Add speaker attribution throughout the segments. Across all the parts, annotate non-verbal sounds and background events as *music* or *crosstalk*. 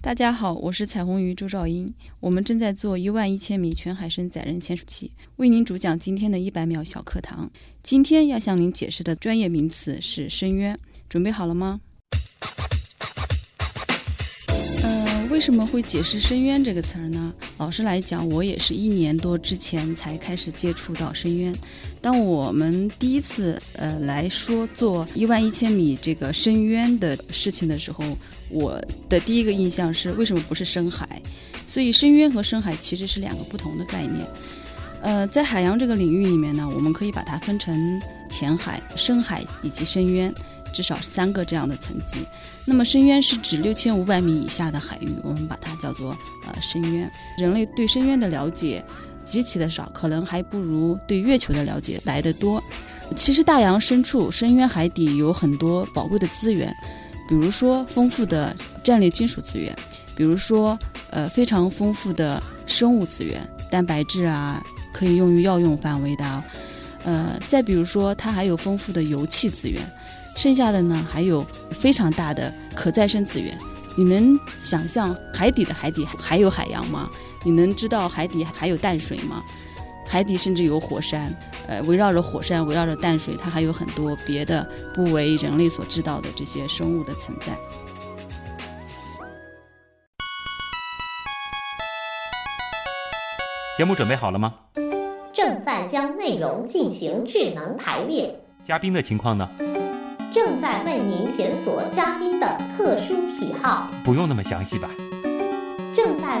Speaker 1: 大家好，我是彩虹鱼周兆英，我们正在做一万一千米全海深载人潜水器，为您主讲今天的一百秒小课堂。今天要向您解释的专业名词是深渊，准备好了吗？呃，为什么会解释“深渊”这个词儿呢？老实来讲，我也是一年多之前才开始接触到深渊。当我们第一次呃来说做一万一千米这个深渊的事情的时候，我的第一个印象是为什么不是深海？所以深渊和深海其实是两个不同的概念。呃，在海洋这个领域里面呢，我们可以把它分成浅海、深海以及深渊，至少三个这样的层级。那么深渊是指六千五百米以下的海域，我们把它叫做呃深渊。人类对深渊的了解极其的少，可能还不如对月球的了解来得多。其实大洋深处、深渊海底有很多宝贵的资源，比如说丰富的战略金属资源，比如说呃非常丰富的生物资源，蛋白质啊，可以用于药用范围的、啊，呃，再比如说它还有丰富的油气资源。剩下的呢，还有非常大的可再生资源。你能想象海底的海底还有海洋吗？你能知道海底还有淡水吗？海底甚至有火山，呃，围绕着火山，围绕着淡水，它还有很多别的不为人类所知道的这些生物的存在。
Speaker 2: 节目准备好了吗？
Speaker 3: 正在将内容进行智能排列。
Speaker 2: 嘉宾的情况呢？
Speaker 3: 正在为您检索嘉宾的特殊喜好，
Speaker 2: 不用那么详细吧？
Speaker 3: 正在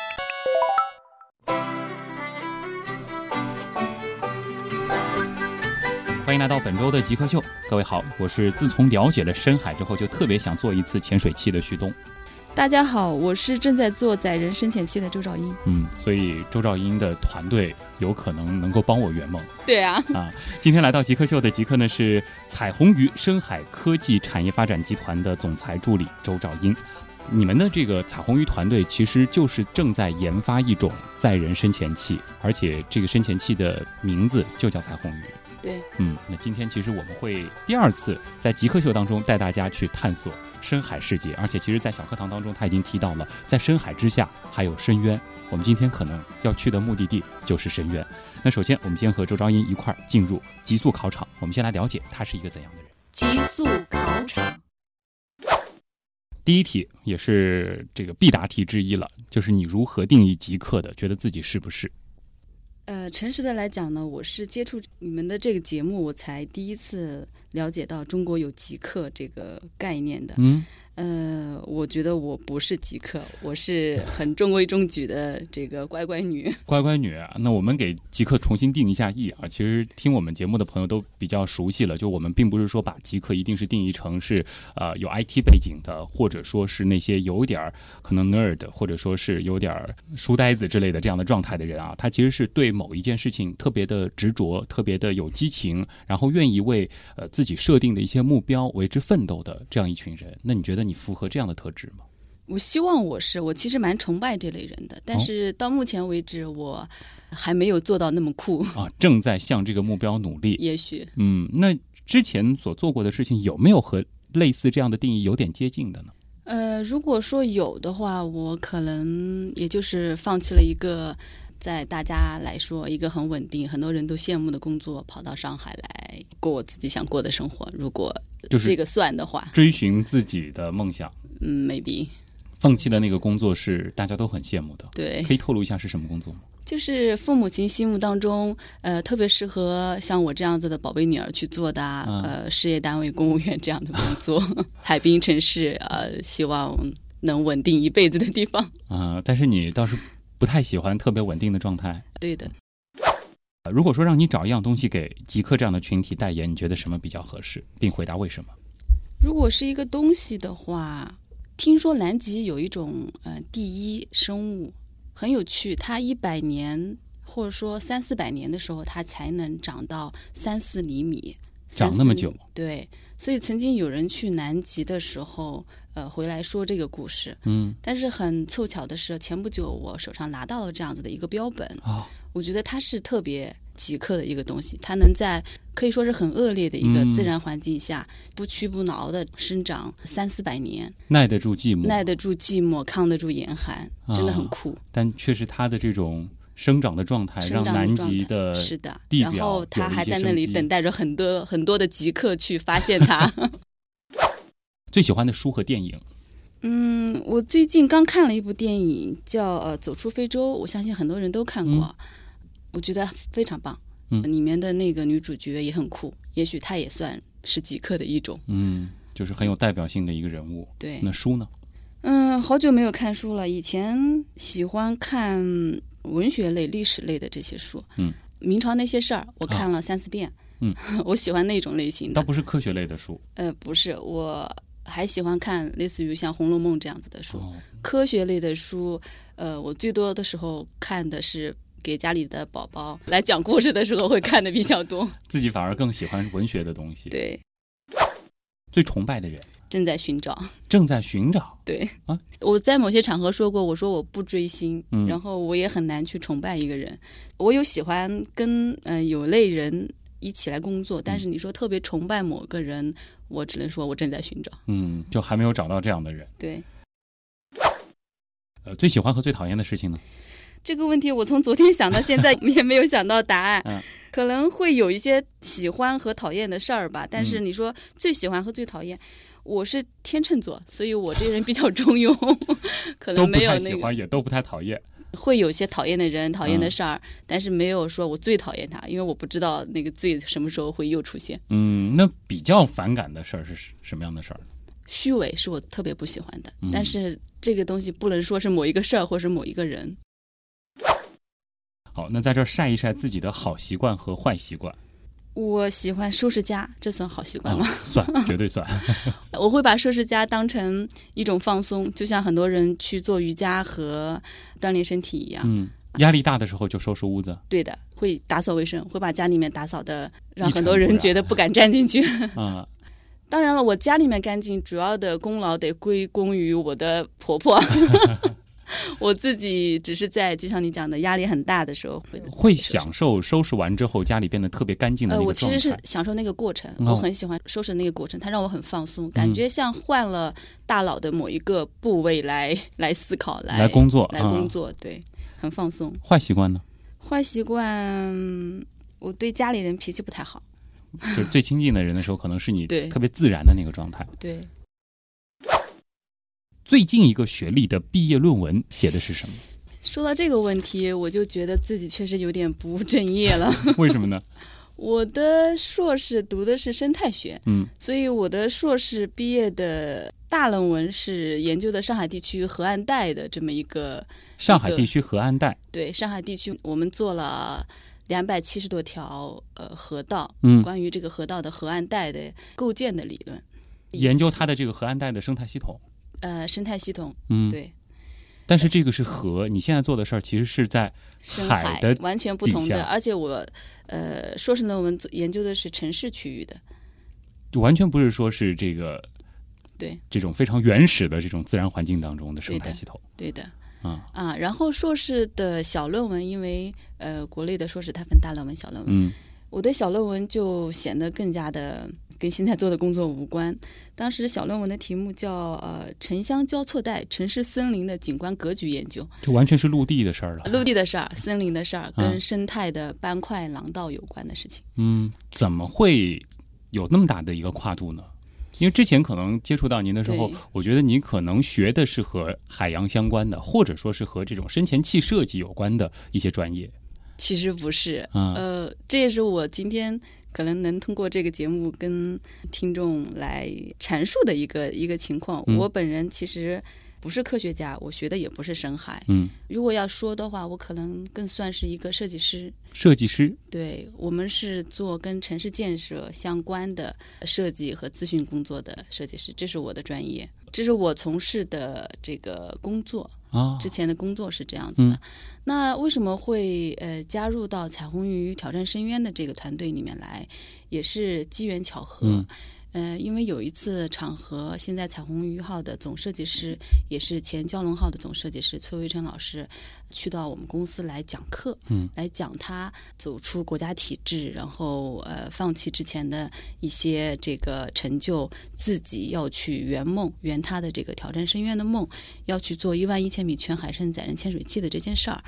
Speaker 2: 欢迎来到本周的极客秀，各位好，我是自从了解了深海之后就特别想做一次潜水器的旭东。
Speaker 1: 大家好，我是正在做载人深潜器的周兆英。
Speaker 2: 嗯，所以周兆英的团队有可能能够帮我圆梦。
Speaker 1: 对啊，
Speaker 2: 啊，今天来到极客秀的极客呢是彩虹鱼深海科技产业发展集团的总裁助理周兆英。你们的这个彩虹鱼团队其实就是正在研发一种载人深潜器，而且这个深潜器的名字就叫彩虹鱼。
Speaker 1: 对，
Speaker 2: 嗯，那今天其实我们会第二次在极客秀当中带大家去探索深海世界，而且其实，在小课堂当中他已经提到了，在深海之下还有深渊。我们今天可能要去的目的地就是深渊。那首先，我们先和周昭英一块儿进入极速考场，我们先来了解他是一个怎样的人。
Speaker 4: 极速考场，
Speaker 2: 第一题也是这个必答题之一了，就是你如何定义极客的？觉得自己是不是？
Speaker 1: 呃，诚实的来讲呢，我是接触你们的这个节目，我才第一次了解到中国有极客这个概念的。
Speaker 2: 嗯，
Speaker 1: 呃，我觉得我不是极客，我是很中规中矩的这个乖乖女。
Speaker 2: 乖乖女啊，那我们给极客重新定一下义啊。其实听我们节目的朋友都比较熟悉了，就我们并不是说把极客一定是定义成是呃有 IT 背景的，或者说是那些有点儿可能 nerd，或者说是有点儿书呆子之类的这样的状态的人啊。他其实是对某一件事情特别的执着，特别的有激情，然后愿意为呃自己设定的一些目标为之奋斗的这样一群人。那你觉得你符合这样的特质吗？
Speaker 1: *laughs* 我希望我是，我其实蛮崇拜这类人的，但是到目前为止，我还没有做到那么酷。
Speaker 2: 啊，正在向这个目标努力。
Speaker 1: 也许
Speaker 2: 嗯，那之前所做过的事情有没有和类似这样的定义有点接近的呢？
Speaker 1: 呃，如果说有的话，我可能也就是放弃了一个在大家来说一个很稳定、很多人都羡慕的工作，跑到上海来过我自己想过的生活。如果
Speaker 2: 就是
Speaker 1: 这个算的话，
Speaker 2: 追寻自己的梦想，
Speaker 1: 嗯，maybe
Speaker 2: 放弃的那个工作是大家都很羡慕的。
Speaker 1: 对，
Speaker 2: 可以透露一下是什么工作吗？
Speaker 1: 就是父母亲心目当中，呃，特别适合像我这样子的宝贝女儿去做的啊，
Speaker 2: 嗯
Speaker 1: 呃，事业单位、公务员这样的工作， *laughs* 海滨城市，呃，希望能稳定一辈子的地方。 *laughs*
Speaker 2: 啊、但是你倒是不太喜欢特别稳定的状态。
Speaker 1: 对的，
Speaker 2: 呃如果说让你找一样东西给极客这样的群体代言，你觉得什么比较合适，并回答为什么？
Speaker 1: 如果是一个东西的话，听说南极有一种呃第一生物很有趣，它一百年或者说三四百年的时候，它才能长到三四厘米。
Speaker 2: 长那么久，
Speaker 1: 对，所以曾经有人去南极的时候，呃，回来说这个故事。
Speaker 2: 嗯
Speaker 1: 但是很凑巧的是，前不久我手上拿到了这样子的一个标本，
Speaker 2: 啊，
Speaker 1: 我觉得它是特别极客的一个东西，它能在可以说是很恶劣的一个
Speaker 2: 嗯
Speaker 1: 自然环境下、不屈不挠的生长三四百年，
Speaker 2: 耐得住寂寞，
Speaker 1: 耐得住寂寞，抗得住严寒，真的很
Speaker 2: 啊
Speaker 1: 酷。
Speaker 2: 但却是它的这种生长的状态，
Speaker 1: 生
Speaker 2: 让
Speaker 1: 长的
Speaker 2: 南
Speaker 1: 状
Speaker 2: 极
Speaker 1: 态
Speaker 2: 的
Speaker 1: 是的，
Speaker 2: 地
Speaker 1: 然
Speaker 2: 表
Speaker 1: 后
Speaker 2: 有
Speaker 1: 它
Speaker 2: 了一
Speaker 1: 还
Speaker 2: 些
Speaker 1: 在那
Speaker 2: 生
Speaker 1: 里
Speaker 2: 机
Speaker 1: 等待着很多很多的极客去发现它。
Speaker 2: 最喜欢的书和电影。
Speaker 1: 嗯，我最近刚看了一部电影，叫《呃走出非洲》，我相信很多人都看过，我觉得非常棒。
Speaker 2: 嗯
Speaker 1: 里面的那个女主角也很酷，也许她也算是极客的一种。
Speaker 2: 嗯，就是很有代表性的一个人物。
Speaker 1: 对，
Speaker 2: 那书呢？
Speaker 1: 嗯，好久没有看书了，以前喜欢看文学类、历史类的这些书。
Speaker 2: 嗯，
Speaker 1: 明朝那些事儿我
Speaker 2: 啊
Speaker 1: 看了三四遍。
Speaker 2: 嗯，
Speaker 1: 我喜欢那种类型
Speaker 2: 倒
Speaker 1: 的。
Speaker 2: 不是科学类的书
Speaker 1: 呃，不是，我还喜欢看类似于像《红楼梦》这样子的书。
Speaker 2: 哦，
Speaker 1: 科学类的书，呃，我最多的时候看的是给家里的宝宝来讲故事的时候会看的比较
Speaker 2: *laughs*
Speaker 1: 多。
Speaker 2: 自己反而更喜欢文学的东西。
Speaker 1: 对，
Speaker 2: 最崇拜的人，
Speaker 1: 正在寻找。
Speaker 2: 正在寻找。
Speaker 1: 对
Speaker 2: 啊，
Speaker 1: 我在某些场合说过，我说我不追星，
Speaker 2: 嗯
Speaker 1: 然后我也很难去崇拜一个人。我有喜欢跟嗯、呃有类人一起来工作，
Speaker 2: 嗯
Speaker 1: 但是你说特别崇拜某个人，我只能说我正在寻找。
Speaker 2: 嗯，就还没有找到这样的人。
Speaker 1: 对
Speaker 2: 呃，最喜欢和最讨厌的事情呢？
Speaker 1: 这个问题，我从昨天想到
Speaker 2: *laughs*
Speaker 1: 现在也没有想到答案。
Speaker 2: 嗯
Speaker 1: 可能会有一些喜欢和讨厌的事儿吧，但是
Speaker 2: 嗯
Speaker 1: 你说最喜欢和最讨厌，我是天秤座，所以我这人比较中庸，可
Speaker 2: 都
Speaker 1: 能
Speaker 2: 不
Speaker 1: 呃没有
Speaker 2: 太
Speaker 1: 那
Speaker 2: 喜
Speaker 1: 个
Speaker 2: 欢，嗯也都不太讨厌。
Speaker 1: 会有些讨厌的人、讨厌的事儿，但是没有说我最讨厌他，因为我不知道那个最什么时候会又出现。
Speaker 2: 嗯，那比较反感的事儿是什什么样的事儿？
Speaker 1: 虚伪是我特别不喜欢的，
Speaker 2: 嗯
Speaker 1: 但是这个东西不能说是某一个事儿或是某一个人。
Speaker 2: 好，那在这儿晒一晒自己的好习惯和坏习惯，
Speaker 1: 我喜欢收拾家，这算好习惯
Speaker 2: 啊
Speaker 1: 吗？，
Speaker 2: 算，绝对算。
Speaker 1: 我会把收拾家当成一种放松，就像很多人去做瑜伽和锻炼身体一样。
Speaker 2: 嗯，压力大的时候就收拾屋子
Speaker 1: 对的，会打扫卫生，会把家里面打扫的让
Speaker 2: 一尘
Speaker 1: 很多
Speaker 2: 不
Speaker 1: 人
Speaker 2: 染
Speaker 1: 觉得不敢站进去。
Speaker 2: 啊，
Speaker 1: *laughs* 当然了，我家里面干净，主要的功劳得归功于我的婆婆。我自己只是在，就像你讲的，压力很大的时候会
Speaker 2: 会享受收拾完之后家里变得特别干净的
Speaker 1: 呃，
Speaker 2: 那
Speaker 1: 我
Speaker 2: 个
Speaker 1: 其
Speaker 2: 状
Speaker 1: 实是
Speaker 2: 态。
Speaker 1: 享受那个过程，
Speaker 2: 哦
Speaker 1: 我很喜欢收拾那个过程，它让我很放松，感觉像换了大脑的某一个部位来来思考，来
Speaker 2: 来工作，
Speaker 1: 来工
Speaker 2: 啊。
Speaker 1: 作，对，很放松。
Speaker 2: 坏习惯呢，
Speaker 1: 坏习惯，我对家里人脾气不太好， *laughs*
Speaker 2: 就是最亲近的人的时候，可能是你
Speaker 1: 对
Speaker 2: 特别自然的那个状态。
Speaker 1: 对，
Speaker 2: 最近一个学历的毕业论文写的是
Speaker 1: *laughs*
Speaker 2: 什么？
Speaker 1: 说到这个问题，我就觉得自己确实有点不务正业了。 *laughs*
Speaker 2: 为什么呢？
Speaker 1: 我的硕士读的是生态学，
Speaker 2: 嗯，
Speaker 1: 所以我的硕士毕业的大论文是研究的上海地区河岸带的这么一个
Speaker 2: 上海地区河岸带，
Speaker 1: 对上海地区，我们做了两百七十多条呃河道，
Speaker 2: 嗯，
Speaker 1: 关于这个河道的河岸带的构建的理论，
Speaker 2: 研究它的这个河岸带的生态系统，
Speaker 1: 呃生态系统，
Speaker 2: 嗯，。
Speaker 1: 对，
Speaker 2: 但是这个是河，你现在做的事儿其实是在
Speaker 1: 深
Speaker 2: 海的
Speaker 1: 完全不同
Speaker 2: 底
Speaker 1: 的，
Speaker 2: 下
Speaker 1: 而且我呃硕士论文做研究的是城市区域的，
Speaker 2: 完全不是说是这个
Speaker 1: 对
Speaker 2: 这种非常原始的这种自然环境当中的生态系统
Speaker 1: 对的。
Speaker 2: 啊，
Speaker 1: 啊，然后硕士的小论文，因为呃，国内的硕士它分大论文、小论文，
Speaker 2: 嗯
Speaker 1: 我的小论文就显得更加的跟现在做的工作无关。当时小论文的题目叫呃“城乡交错带城市森林的景观格局研究
Speaker 2: 这完全是陆地的事儿”，了。
Speaker 1: 陆地的事儿、森林的事儿跟生态的斑块廊道有关的事情。
Speaker 2: 嗯，怎么会有那么大的一个跨度呢？因为之前可能接触到您的时候
Speaker 1: 对，
Speaker 2: 我觉得您可能学的是和海洋相关的，或者说是和这种深前气设计有关的一些专业
Speaker 1: 其实不是，
Speaker 2: 啊。
Speaker 1: 呃，这也是我今天可能能通过这个节目跟听众来阐述的一个一个情况。
Speaker 2: 嗯
Speaker 1: 我本人其实不是科学家，我学的也不是深海。
Speaker 2: 嗯，
Speaker 1: 如果要说的话，我可能更算是一个设计师。
Speaker 2: 设计师
Speaker 1: 对我们是做跟城市建设相关的设计和咨询工作的设计师，这是我的专业，这是我从事的这个工作。
Speaker 2: 啊
Speaker 1: 之前的工作是这样子的。
Speaker 2: 嗯
Speaker 1: 那为什么会呃加入到彩虹鱼挑战深渊的这个团队里面来，也是机缘巧合。
Speaker 2: 嗯
Speaker 1: 呃，因为有一次场合，现在彩虹鱼号的总设计师，也是前蛟龙号的总设计师崔维辰老师，去到我们公司来讲课，
Speaker 2: 嗯，
Speaker 1: 来讲他走出国家体制，然后呃放弃之前的一些这个成就，自己要去圆梦，圆他的这个挑战深渊的梦，要去做一万一千米全海深载人潜水器的这件事儿。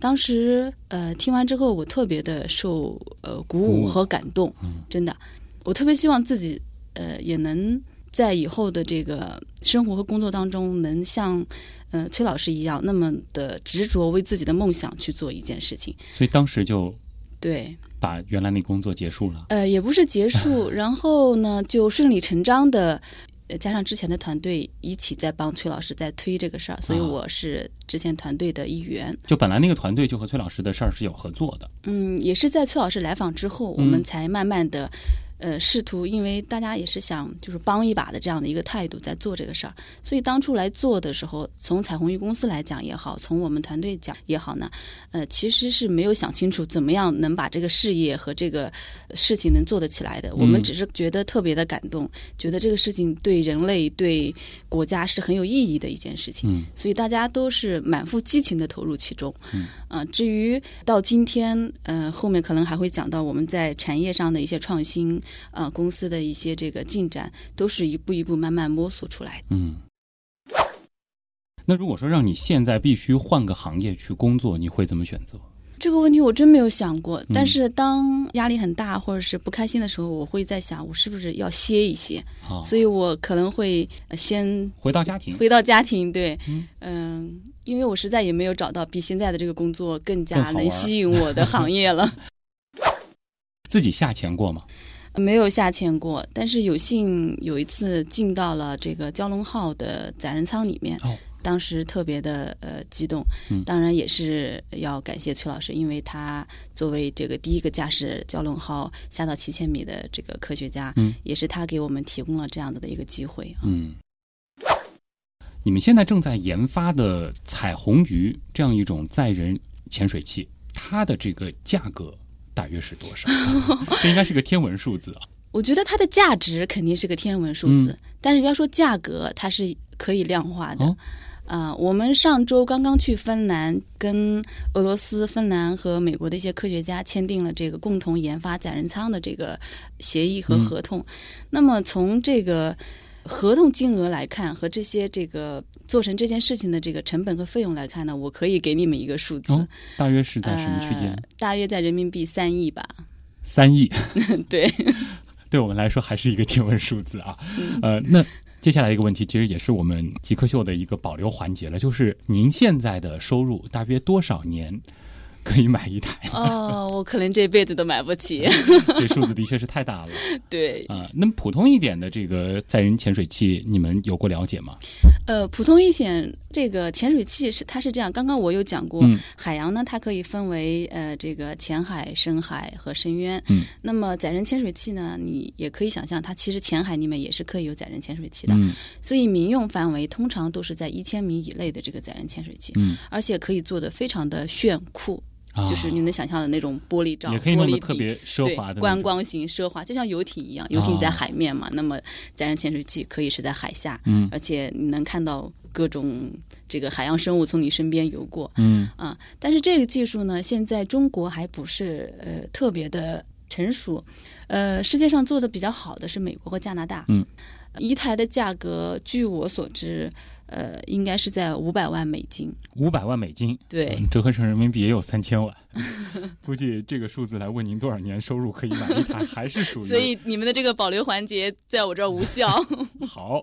Speaker 1: 当时呃听完之后，我特别的受呃鼓
Speaker 2: 鼓舞
Speaker 1: 舞和感动，真的，我特别希望自己呃也能在以后的这个生活和工作当中，能像呃崔老师一样那么的执着为自己的梦想去做一件事情。
Speaker 2: 所以当时就
Speaker 1: 对，
Speaker 2: 把原来那工作结束了。
Speaker 1: 呃，也不是结束，然后呢，就顺理成章的，呃加上之前的团队一起在帮崔老师在推这个事儿，所以
Speaker 2: 啊
Speaker 1: 我是之前团队的一员。
Speaker 2: 就本来那个团队就和崔老师的事儿是有合作的，
Speaker 1: 嗯，也是在崔老师来访之后，我
Speaker 2: 嗯
Speaker 1: 们才慢慢的，呃，试图，因为大家也是想就是帮一把的这样的一个态度在做这个事儿，所以当初来做的时候，从彩虹鱼公司来讲也好，从我们团队讲也好呢，呃，其实是没有想清楚怎么样能把这个事业和这个呃事情能做得起来的，我们
Speaker 2: 嗯
Speaker 1: 只是觉得特别的感动，觉得这个事情对人类、对国家是很有意义的一件事情。
Speaker 2: 嗯，
Speaker 1: 所以大家都是满腹激情的投入其中。嗯，啊，至于到今天，呃，后面可能还会讲到我们在产业上的一些创新，呃，公司的一些这个进展，都是一步一步慢慢摸索出来的。
Speaker 2: 嗯。那如果说让你现在必须换个行业去工作，你会怎么选择？
Speaker 1: 这个问题我真没有想过，
Speaker 2: 嗯
Speaker 1: 但是当压力很大或者是不开心的时候，我会在想，我是不是要歇一歇？
Speaker 2: 啊，
Speaker 1: 所以我可能会呃先
Speaker 2: 回到家庭，
Speaker 1: 回到家庭，对，嗯、因为我实在也没有找到比现在的这个工作更
Speaker 2: 更
Speaker 1: 加
Speaker 2: 好玩
Speaker 1: 能吸引我的行业了。
Speaker 2: 自己下潜过吗？
Speaker 1: 没有下潜过，但是有幸有一次进到了这个蛟龙号的载人舱里面，
Speaker 2: 哦
Speaker 1: 当时特别的呃激动。
Speaker 2: 嗯
Speaker 1: 当然也是要感谢崔老师，因为他作为这个第一个驾驶蛟龙号下到七千米的这个科学家，
Speaker 2: 嗯
Speaker 1: 也是他给我们提供了这样子的一个机会啊。
Speaker 2: 嗯。你们现在正在研发的彩虹鱼这样一种载人潜水器，它的这个价格大约是
Speaker 1: *laughs*
Speaker 2: 多少？这应该是个天文数字啊！
Speaker 1: 我觉得它的价值肯定是个天文数字，但是要说价格，它是可以量化的。
Speaker 2: 嗯哦
Speaker 1: 啊、我们上周刚刚去芬兰，跟俄罗斯、芬兰和美国的一些科学家签订了这个共同研发载人舱的这个协议和
Speaker 2: 嗯
Speaker 1: 合同。那么从这个合同金额来看，和这些这个做成这件事情的这个成本和费用来看呢，我可以给你们一个数字，
Speaker 2: 哦大约是在什么区
Speaker 1: 呃
Speaker 2: 间？
Speaker 1: 大约在人民币三亿吧。
Speaker 2: 三亿，
Speaker 1: *laughs* 对，
Speaker 2: *laughs* 对我们来说还是一个天文数字啊。
Speaker 1: 嗯
Speaker 2: 呃，那接下来一个问题，其实也是我们极客秀的一个保留环节了，就是您现在的收入大约多少年可以买一台？ *laughs*
Speaker 1: 哦，我可能这辈子都买不起。
Speaker 2: 这数字的确是太大了
Speaker 1: 对，
Speaker 2: 啊、那么普通一点的这个载人潜水器，你们有过了解吗？
Speaker 1: 呃，普通一点，这个潜水器是它是这样，刚刚我有讲过，
Speaker 2: 嗯
Speaker 1: 海洋呢它可以分为呃这个浅海、深海和深渊。
Speaker 2: 嗯
Speaker 1: 那么载人潜水器呢，你也可以想象，它其实浅海里面也是可以有载人潜水器的，
Speaker 2: 嗯
Speaker 1: 所以民用范围通常都是在一千米以内的这个载人潜水器，
Speaker 2: 嗯，
Speaker 1: 而且可以做的非常的炫酷，
Speaker 2: 啊
Speaker 1: 就是你能想象的那种玻璃罩、
Speaker 2: 也可以弄
Speaker 1: 玻
Speaker 2: 得
Speaker 1: 璃
Speaker 2: 特
Speaker 1: 底
Speaker 2: 别奢华的那
Speaker 1: 对，
Speaker 2: 种啊
Speaker 1: 观。光型奢华，就像游艇一样，游艇在海面嘛，那么载人潜水器可以是在海下，
Speaker 2: 嗯
Speaker 1: 而且你能看到各种这个海洋生物从你身边游过
Speaker 2: 嗯
Speaker 1: 啊。但是这个技术呢，现在中国还不是呃特别的成熟，呃，世界上做的比较好的是美国和加拿大，
Speaker 2: 嗯，
Speaker 1: 一台的价格，据我所知，呃，应该是在五百万美金，
Speaker 2: 五百万美金，
Speaker 1: 对，
Speaker 2: 嗯折合成人民币也有三千万， *laughs* 估计这个数字来问您多少年收入可以买一台，还是属于
Speaker 1: 所以你们的这个保留环节在我这儿无效。
Speaker 2: 好，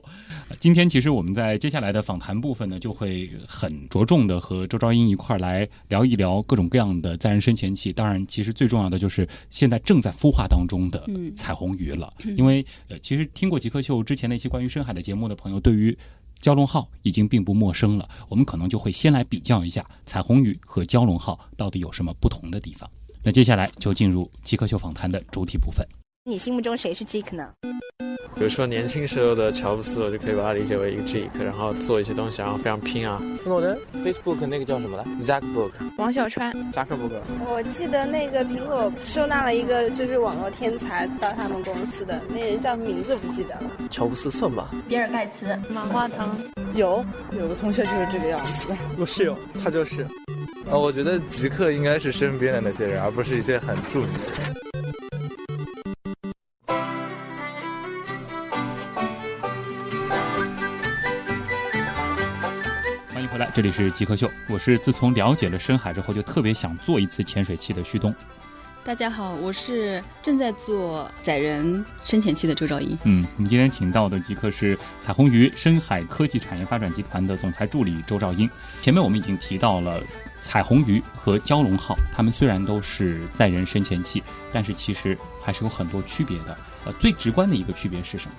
Speaker 2: 呃今天其实我们在接下来的访谈部分呢，就会很着重的和周昭英一块儿来聊一聊各种各样的载人深潜器。当然，其实最重要的就是现在正在孵化当中的
Speaker 1: 嗯
Speaker 2: 彩虹鱼了，因为呃，其实听过极客秀之前那期关于深海的节目的朋友，对于蛟龙号已经并不陌生了，我们可能就会先来比较一下彩虹鱼和蛟龙号到底有什么不同的地方。那接下来就进入极客秀访谈的主体部分。
Speaker 5: 你心目中谁是 Jake 呢？
Speaker 6: 比如说年轻时候的乔布斯，我就可以把它理解为一个 geek，然后做一些东西，然后非常拼啊。
Speaker 7: 诺登，Facebook 那个叫什么来？Zackbook，
Speaker 8: 王小川，
Speaker 7: 扎克伯格。
Speaker 9: 我记得那个苹果收纳了一个就是网络天才到他们公司的那人叫名字不记得了。
Speaker 7: 乔布斯算吧。
Speaker 10: 比尔盖茨，马化腾。
Speaker 11: 有有个同学就是这个样子。
Speaker 12: 我室友他就是。
Speaker 13: 啊、哦，我觉得极客应该是身边的那些人，而不是一些很著名的人。
Speaker 2: 来，这里是极客秀，我是自从了解了深海之后就特别想做一次潜水器的旭东。
Speaker 1: 大家好，我是正在做载人深潜器的周兆一。
Speaker 2: 嗯，我们今天请到的极客是彩虹鱼深海科技产业发展集团的总裁助理周兆英。前面我们已经提到了彩虹鱼和蛟龙号，它们虽然都是载人深潜器，但是其实还是有很多区别的。呃，最直观的一个区别是什么？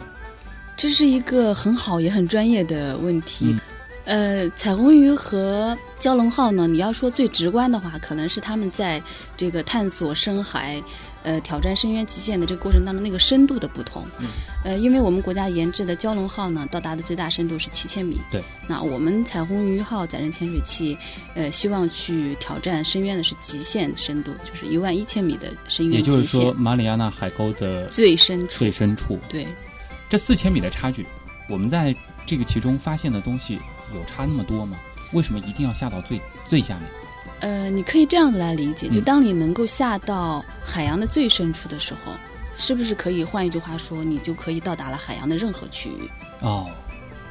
Speaker 1: 这是一个很好也很专业的问题。嗯呃，彩虹鱼和蛟龙号呢，你要说最直观的话，可能是他们在这个探索深海，呃，挑战深渊极限的这个过程当中那个深度的不同。嗯。呃，因为我们国家研制的蛟龙号呢，到达的最大深度是七千米。
Speaker 2: 对。
Speaker 1: 那我们彩虹鱼号载人潜水器，呃，希望去挑战深渊的是极限深度，就是一万一千米的深渊
Speaker 2: 嗯极限。也就是说，马里亚纳海沟的
Speaker 1: 最深处。
Speaker 2: 最深处。
Speaker 1: 对。
Speaker 2: 这四千米的差距，我们在这个其中发现的东西。有差那么多吗？为什么一定要下到最最下面？
Speaker 1: 呃，你可以这样子来理解，就当你能够下到海洋的最深处的时候，嗯、是不是可以换一句话说，你就可以到达了海洋的任何区域？
Speaker 2: 哦，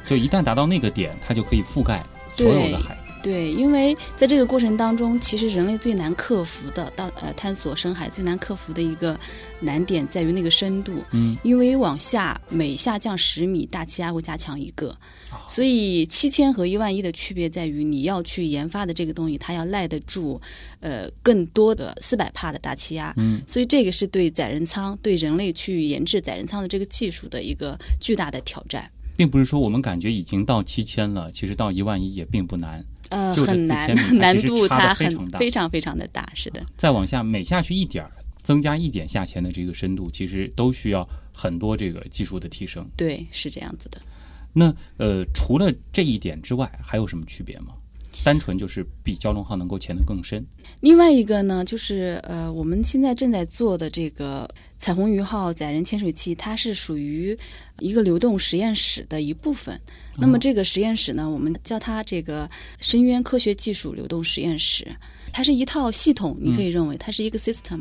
Speaker 2: 就一旦达到那个点，它就可以覆盖所有的海。
Speaker 1: 对，因为在这个过程当中，其实人类最难克服的，到呃探索深海最难克服的一个难点在于那个深度。嗯，因为往下每下降十米，大气压会加强一个，哦、所以七千和一万一的区别在于你要去研发的这个东西，它要耐得住呃更多的四百帕的大气压。嗯，所以这个是对载人舱、对人类去研制载人舱的这个技术的一个巨大的挑战。
Speaker 2: 并不是说我们感觉已经到七千了，其实到一万一也并不难。
Speaker 1: 呃，很难， *laughs* 难度它很非常非常的大，是的。
Speaker 2: 再往下每下去一点儿，增加一点下潜的这个深度，其实都需要很多这个技术的提升。
Speaker 1: 对，是这样子的。
Speaker 2: 那呃，除了这一点之外，还有什么区别吗？单纯就是比蛟龙号能够潜得更深。
Speaker 1: 另外一个呢，就是呃，我们现在正在做的这个彩虹鱼号载人潜水器，它是属于一个流动实验室的一部分。那么这个实验室呢，我们叫它这个深渊科学技术流动实验室。它是一套系统，你可以认为它是一个 system。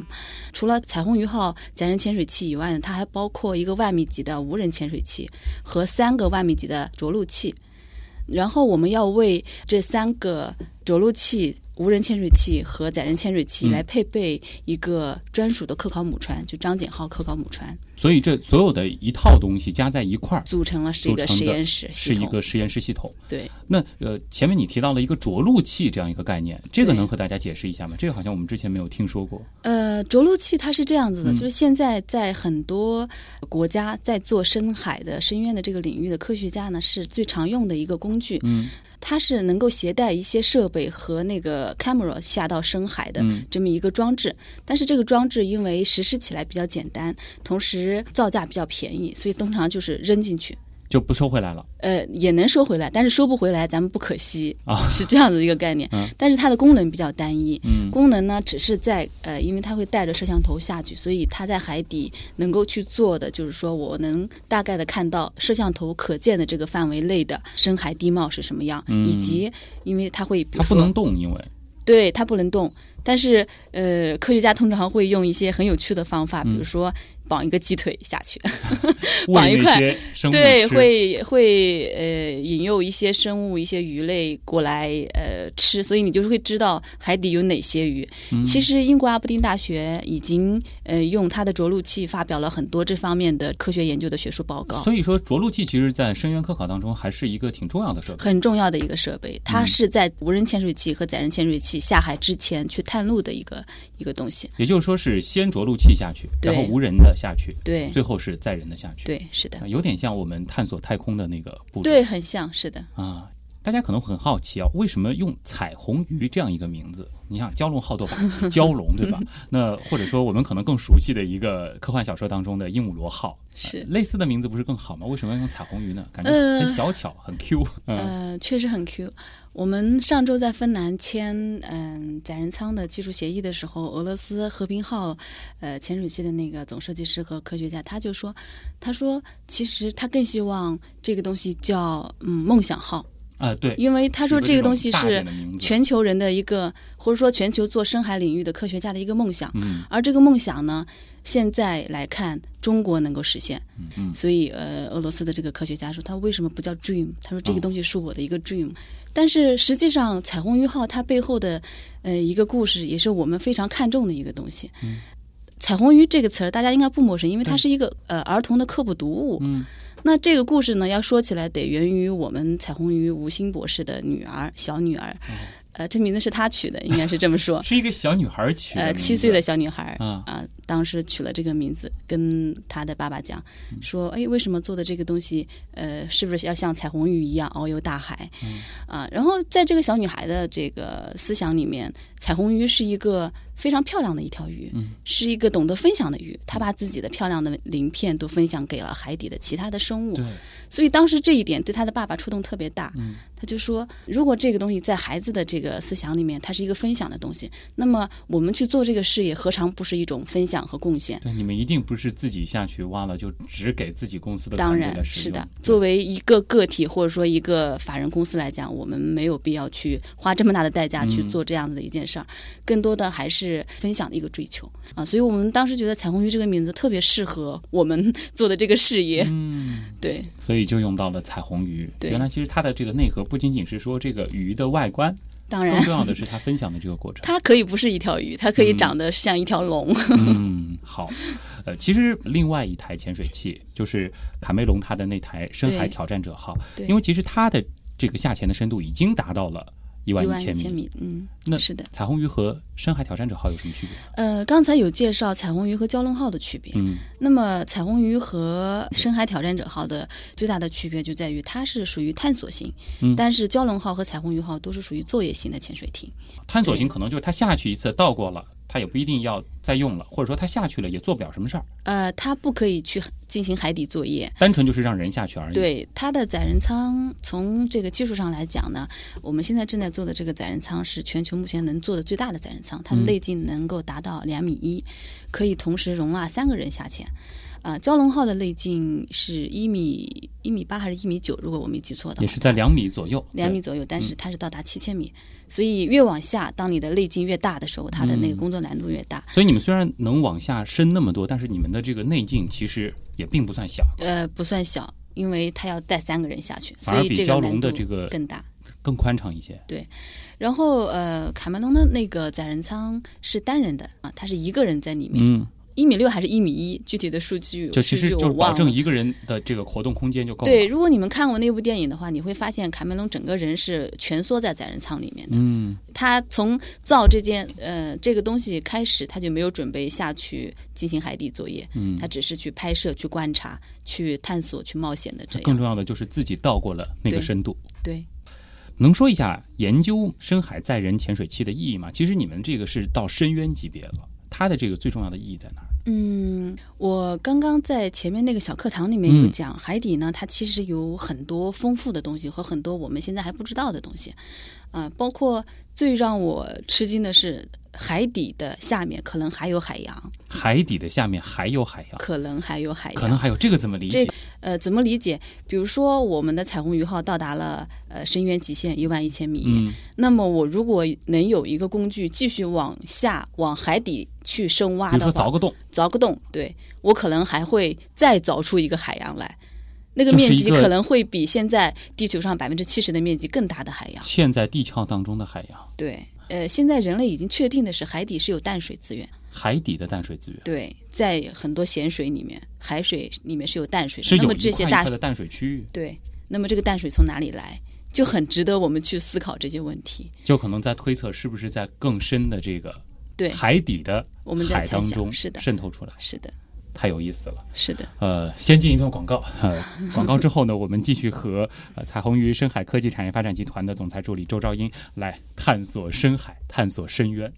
Speaker 1: 除了彩虹鱼号载人潜水器以外呢，它还包括一个万米级的无人潜水器和三个万米级的着陆器。然后我们要为这三个着陆器、无人潜水器和载人潜水
Speaker 2: 嗯
Speaker 1: 器来配备一个专属的科考母船，嗯、就张謇号科考母船。
Speaker 2: 所以这所有的一套东西加在一块儿，
Speaker 1: 组成了是一个实验室
Speaker 2: 是一个实验室系统。
Speaker 1: 对。
Speaker 2: 那呃，前面你提到了一个着陆器这样一个概念，这个能和大家解释一下吗？这个好像我们之前没有听说过。
Speaker 1: 呃，着陆器它是这样子的，嗯、就是现在在很多国家在做深海的深渊的这个领域的科学家呢，是最常用的一个工具。嗯。它是能够携带一些设备和那个 camera 下到深海的这么一个装置，嗯、但是这个装置因为实施起来比较简单，同时造价比较便宜，所以通常就是扔进去
Speaker 2: 就不收回来了。
Speaker 1: 呃，也能收回来，但是收不回来咱们不可惜啊，是这样的一个概念。嗯、但是它的功能比较单一，嗯、功能呢只是在呃，因为它会带着摄像头下去，所以它在海底能够去做的就是说我能大概的看到摄像头可见的这个范围内的深海地貌是什么样，嗯、以及因为它会
Speaker 2: 它不能动，因为
Speaker 1: 对它不能动，但是呃，科学家通常会用一些很有趣的方法，
Speaker 2: 嗯
Speaker 1: 比如说。绑一个鸡腿下去，绑一块， *laughs* 对，会会呃引诱一些生物、一些鱼类过来呃吃，所以你就会知道海底有哪些鱼。嗯、其实英国阿伯丁大学已经呃用它的着陆器发表了很多这方面的科学研究的学术报告。
Speaker 2: 所以说，着陆器其实在深渊科考当中还是一个挺重要的设备，
Speaker 1: 很重要的一个设备。它
Speaker 2: 嗯
Speaker 1: 是在无人潜水器和载人潜水器下海之前去探路的一个一个东西。
Speaker 2: 也就是说，是先着陆器下去，然后无人的。下去，
Speaker 1: 对
Speaker 2: 最后是载人的下去，
Speaker 1: 对，是的
Speaker 2: 啊，有点像我们探索太空的那个步骤，
Speaker 1: 对，很像，是的，
Speaker 2: 啊。大家可能很好奇啊，为什么用彩虹鱼这样一个名字？你想蛟龙好斗靶气，蛟
Speaker 1: *laughs*
Speaker 2: 龙对吧？那或者说我们可能更熟悉的一个科幻小说当中的鹦鹉螺号，
Speaker 1: 是
Speaker 2: 类似的名字不是更好吗？为什么要用彩虹鱼呢？感觉很
Speaker 1: 呃
Speaker 2: 小巧，很 Q。嗯，
Speaker 1: 呃，确实很 Q。我们上周在芬兰签嗯载人舱的技术协议的时候，俄罗斯和平号呃潜水器的那个总设计师和科学家他就说，他说其实他更希望这个东西叫嗯梦想号，
Speaker 2: 啊，对，
Speaker 1: 因为他说
Speaker 2: 取
Speaker 1: 这个
Speaker 2: 种
Speaker 1: 东西
Speaker 2: 大
Speaker 1: 是
Speaker 2: 点的名字
Speaker 1: 全球人的一个，或者说全球做深海领域的科学家的一个梦想。
Speaker 2: 嗯
Speaker 1: 而这个梦想呢，现在来看，中国能够实现。
Speaker 2: 嗯
Speaker 1: 所以，呃，俄罗斯的这个科学家说，他为什么不叫 dream？他说这个
Speaker 2: 哦
Speaker 1: 东西是我的一个 dream。但是实际上，彩虹鱼号它背后的呃一个故事，也是我们非常看重的一个东西。
Speaker 2: 嗯
Speaker 1: 彩虹鱼这个词儿大家应该不陌生，因为它
Speaker 2: 对
Speaker 1: 是一个呃儿童的科普读物。
Speaker 2: 嗯
Speaker 1: 那这个故事呢，要说起来得源于我们彩虹鱼吴昕博士的女儿，小女儿，呃，这名字是她取的，应该是这么说。
Speaker 2: 是一个小女孩取的
Speaker 1: 呃，
Speaker 2: 名字，
Speaker 1: 七岁的小女孩儿
Speaker 2: 啊
Speaker 1: 啊、当时取了这个名字，跟她的爸爸讲
Speaker 2: 嗯
Speaker 1: 说：“哎，为什么做的这个东西，呃，是不是要像彩虹鱼一样遨游大海？”
Speaker 2: 嗯
Speaker 1: 啊、然后在这个小女孩的这个思想里面，彩虹鱼是一个非常漂亮的一条鱼，
Speaker 2: 嗯
Speaker 1: 是一个懂得分享的鱼。她把自己的漂亮的鳞片都分享给了海底的其他的生物。
Speaker 2: 对，
Speaker 1: 所以当时这一点对他的爸爸触动特别大，
Speaker 2: 嗯
Speaker 1: 他就说，如果这个东西在孩子的这个思想里面，它是一个分享的东西，那么我们去做这个事业，何尝不是一种分享和贡献？
Speaker 2: 对，你们一定不是自己下去挖了，就只给自己公司的
Speaker 1: 当
Speaker 2: 团队
Speaker 1: 然
Speaker 2: 来使
Speaker 1: 是的
Speaker 2: 用，
Speaker 1: 作为一个个体或者说一个法人公司来讲，我们没有必要去花这么大的代价去
Speaker 2: 嗯
Speaker 1: 做这样子的一件事儿，更多的还是分享的一个追求啊。所以我们当时觉得“彩虹鱼”这个名字特别适合我们做的这个事业，
Speaker 2: 嗯，
Speaker 1: 对
Speaker 2: 所以就用到了彩虹鱼。
Speaker 1: 对
Speaker 2: 原来其实它的这个内核不仅仅是说这个鱼的外观，
Speaker 1: 当然
Speaker 2: 更重要的是它分享的这
Speaker 1: *laughs*
Speaker 2: 个过程。
Speaker 1: 它可以不是一条鱼，它可以
Speaker 2: 嗯
Speaker 1: 长得像一条龙。
Speaker 2: 嗯，好。呃，其实另外一台潜水器就是卡梅隆他的那台深海
Speaker 1: 对
Speaker 2: 挑战者号，
Speaker 1: 对
Speaker 2: 因为其实它的这个下潜的深度已经达到了一万
Speaker 1: 一
Speaker 2: 一
Speaker 1: 万一
Speaker 2: 千
Speaker 1: 千
Speaker 2: 米。
Speaker 1: 米，嗯，
Speaker 2: 那
Speaker 1: 是的。
Speaker 2: 彩虹鱼和深海挑战者号有什么区别？
Speaker 1: 呃，刚才有介绍彩虹鱼和蛟龙号的区别。
Speaker 2: 嗯
Speaker 1: 那么，彩虹鱼和深海挑战者号的最大的区别就在于它是属于探索型，
Speaker 2: 嗯
Speaker 1: 但是蛟龙号和彩虹鱼号都是属于作业型的潜水艇。
Speaker 2: 探索型
Speaker 1: 对
Speaker 2: 可能就是他下去一次到过了，他也不一定要再用了，或者说他下去了也做不了什么事儿，
Speaker 1: 呃，它不可以去进行海底作业。
Speaker 2: 单纯就是让人下去而已。，
Speaker 1: 对它的载人舱，从这个技术上来讲呢，我们现在正在做的这个载人舱是全球目前能做的最大的载人舱，它的
Speaker 2: 嗯
Speaker 1: 内径能够达到两米一，可以同时容纳三个人下潜。啊、蛟龙号的内径是一米一米八还是一米九？如果我没记错的话，
Speaker 2: 也是在嗯两米左右。
Speaker 1: 两米
Speaker 2: 对。
Speaker 1: 左右，但是它是到达七千米，所以越往下，当你的内径越大的时候，它的那个
Speaker 2: 嗯
Speaker 1: 工作难度越大。
Speaker 2: 所以你们虽然能往下深那么多，但是你们的这个内径其实也并不算小，
Speaker 1: 呃，不算小，因为它要带三个人下去，
Speaker 2: 反
Speaker 1: 所
Speaker 2: 而
Speaker 1: 以
Speaker 2: 比
Speaker 1: 这个
Speaker 2: 蛟
Speaker 1: 难
Speaker 2: 龙的
Speaker 1: 度
Speaker 2: 这个
Speaker 1: 更大。
Speaker 2: 更宽敞一些。
Speaker 1: 然后呃，卡梅隆的那个载人舱是单人的啊，他是一个人在里面，
Speaker 2: 嗯，
Speaker 1: 一、米六还是一米一，具体的数据
Speaker 2: 就其
Speaker 1: 数
Speaker 2: 实
Speaker 1: 据
Speaker 2: 就是
Speaker 1: 我
Speaker 2: 保
Speaker 1: 忘
Speaker 2: 证
Speaker 1: 了。
Speaker 2: 一个人的这个活动空间就够了。
Speaker 1: 对，，如果你们看过那部电影的话，你会发现卡梅隆整个人是蜷缩在载人舱里面的。
Speaker 2: 嗯，
Speaker 1: 他从造这件呃这个东西开始，他就没有准备下去进行海底作业，
Speaker 2: 嗯
Speaker 1: 他只是去拍摄、去观察、去探索、去冒险的这
Speaker 2: 更
Speaker 1: 样。
Speaker 2: 重要的就是自己到过了那个
Speaker 1: 对
Speaker 2: 深度。
Speaker 1: 对，
Speaker 2: 能说一下研究深海载人潜水器的意义吗？其实你们这个是到深渊级别了，它的这个最重要的意义在哪儿？
Speaker 1: 嗯，我刚刚在前面那个小课堂里面
Speaker 2: 嗯
Speaker 1: 有讲，海底呢，它其实有很多丰富的东西和很多我们现在还不知道的东西，啊、包括最让我吃惊的是，海底的下面可能还有海洋，
Speaker 2: 海底的下面还有海洋，
Speaker 1: 可能还有海洋，
Speaker 2: 啊可能还有这个怎么理
Speaker 1: 这
Speaker 2: 解？
Speaker 1: 呃，怎么理解？比如说，我们的彩虹鱼号到达了呃深渊极限一万一千米，
Speaker 2: 嗯，
Speaker 1: 那么我如果能有一个工具继续往下往海底去深挖
Speaker 2: 比
Speaker 1: 的
Speaker 2: 如
Speaker 1: 话，
Speaker 2: 说凿个洞，
Speaker 1: 凿个洞，对我可能还会再凿出一个海洋来，那个
Speaker 2: 就是
Speaker 1: 面
Speaker 2: 一
Speaker 1: 积
Speaker 2: 个
Speaker 1: 可能会比现在地球上百分之七十的面积更大的海洋。
Speaker 2: 嵌在地壳当中的海洋，
Speaker 1: 对，呃，现在人类已经确定的是海底是有淡水资源，
Speaker 2: 海底的淡水资源
Speaker 1: 对，在很多咸水里面、海水里面是有淡水的，
Speaker 2: 是
Speaker 1: 那
Speaker 2: 有
Speaker 1: 么
Speaker 2: 一
Speaker 1: 这些
Speaker 2: 块一
Speaker 1: 大
Speaker 2: 块的淡水区域，
Speaker 1: 对，那么这个淡水从哪里来，就很值得我们去思考这些问题。
Speaker 2: 就可能在推测是不是在更深的这个
Speaker 1: 对，
Speaker 2: 海底的
Speaker 1: 我们在
Speaker 2: 海
Speaker 1: 猜
Speaker 2: 当
Speaker 1: 想
Speaker 2: 中
Speaker 1: 是的
Speaker 2: 渗透出来。
Speaker 1: 是的，
Speaker 2: 太有意思了。
Speaker 1: 是的，
Speaker 2: 呃，先进一段广告， *laughs* 呃，广告之后呢，我们继续和呃彩虹鱼深海科技产业发展集团的总裁助理周兆英来探索深海，探索深渊。